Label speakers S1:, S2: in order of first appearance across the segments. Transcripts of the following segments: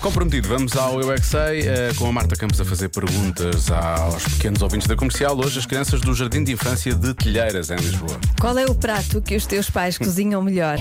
S1: Comprometido, vamos ao Eu é Que Sei, eh, com a Marta Campos a fazer perguntas aos pequenos ouvintes da comercial. Hoje, as crianças do Jardim de Infância de Telheiras, em Lisboa.
S2: Qual é o prato que os teus pais cozinham melhor?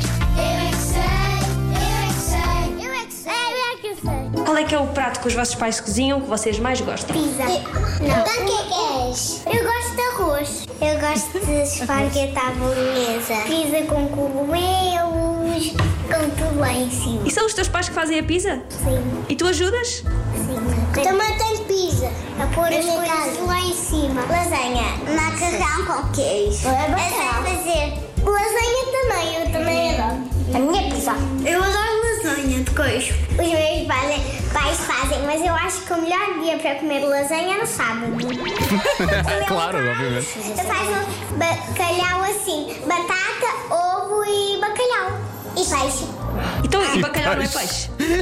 S3: Qual é que é o prato que os vossos pais cozinham que vocês mais gostam?
S4: Pizza. Não. Panquecas. Eu gosto de arroz. Eu gosto de esparguete à bolonhesa. Pizza com cogumelos. Com tudo lá em cima.
S3: E são os teus pais que fazem a pizza?
S4: Sim,
S3: E tu ajudas?
S4: sim. Também tem pizza. A pôr as coisas lá em cima. Lasanha. Macarrão com queijo. Eu sei fazer. Lasanha também. Eu também adoro. Uhum. A minha pizza. Eu adoro lasanha de queijo. Os meus pais, pais fazem, mas eu acho que o melhor dia para comer lasanha é no sábado.
S1: É, claro, obviamente.
S4: Faz um bacalhau assim, batata, ovo e bacalhau. E peixe.
S3: Então, e bacalhau não é
S1: peixe.
S3: peixe?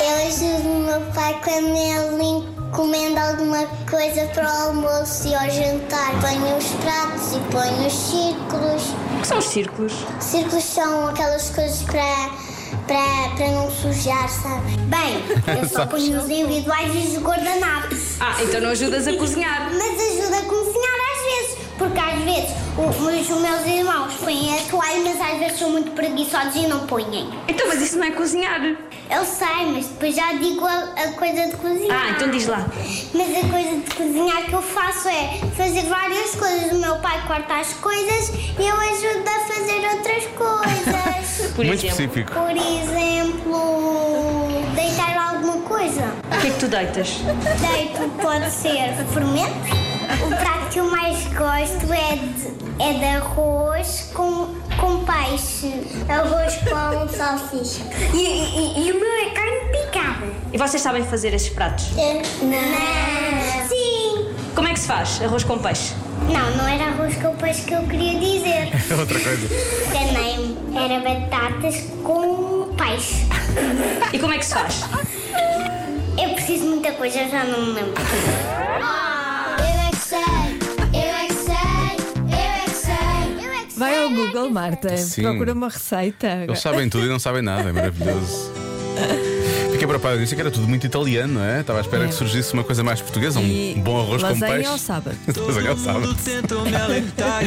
S4: Eu ajudo o meu pai quando ele encomenda alguma coisa para o almoço e ao jantar. Ponho os pratos e ponho os círculos.
S3: O que são os círculos?
S4: Círculos são aquelas coisas para, para, para não sujar, sabe? Bem, eu só ponho os individuais e os guardanapos.
S3: Ah, então não ajudas a cozinhar.
S4: Mas ajuda a cozinhar às vezes, porque às vezes o- os, os meus irmãos põem a toalha, mas às vezes são muito preguiçosos e não põem.
S3: Então, mas isso não é cozinhar.
S4: Eu sei, mas depois já digo a, a coisa de cozinhar.
S3: Ah, então diz lá.
S4: Mas a coisa de cozinhar que eu faço é fazer várias coisas. O meu pai corta as coisas e eu ajudo a fazer outras coisas.
S3: Por
S1: Muito
S3: exemplo,
S1: específico.
S4: Por exemplo, deitar alguma coisa.
S3: o que é que tu deitas?
S4: Deito pode ser fermento. O prato que eu mais gosto é de, é de arroz com, com peixe. Arroz com salsicha. E, e, e o meu é carne picada.
S3: E vocês sabem fazer esses pratos?
S4: Não. Sim.
S3: Como é que se faz arroz com peixe?
S4: Não, não era arroz com peixe que eu queria dizer.
S1: é Outra coisa.
S4: Também era batatas com peixe.
S3: E como é que se faz?
S4: Eu preciso de muita coisa, eu já não me lembro. Eu é que sei, eu é que sei, eu é que sei, eu é que sei.
S2: Vai ao Google, Marta,
S1: Sim.
S2: procura uma receita.
S1: Eles sabem tudo e não sabem nada, é maravilhoso. Fiquei preocupado, eu disse que era tudo muito italiano, não é? Estava à espera
S2: É.
S1: que surgisse uma coisa mais portuguesa, um
S2: E
S1: bom arroz com
S2: lasanha
S1: peixe.
S2: ao sábado.
S1: Lasanha ao sábado.
S5: Tentam me alertar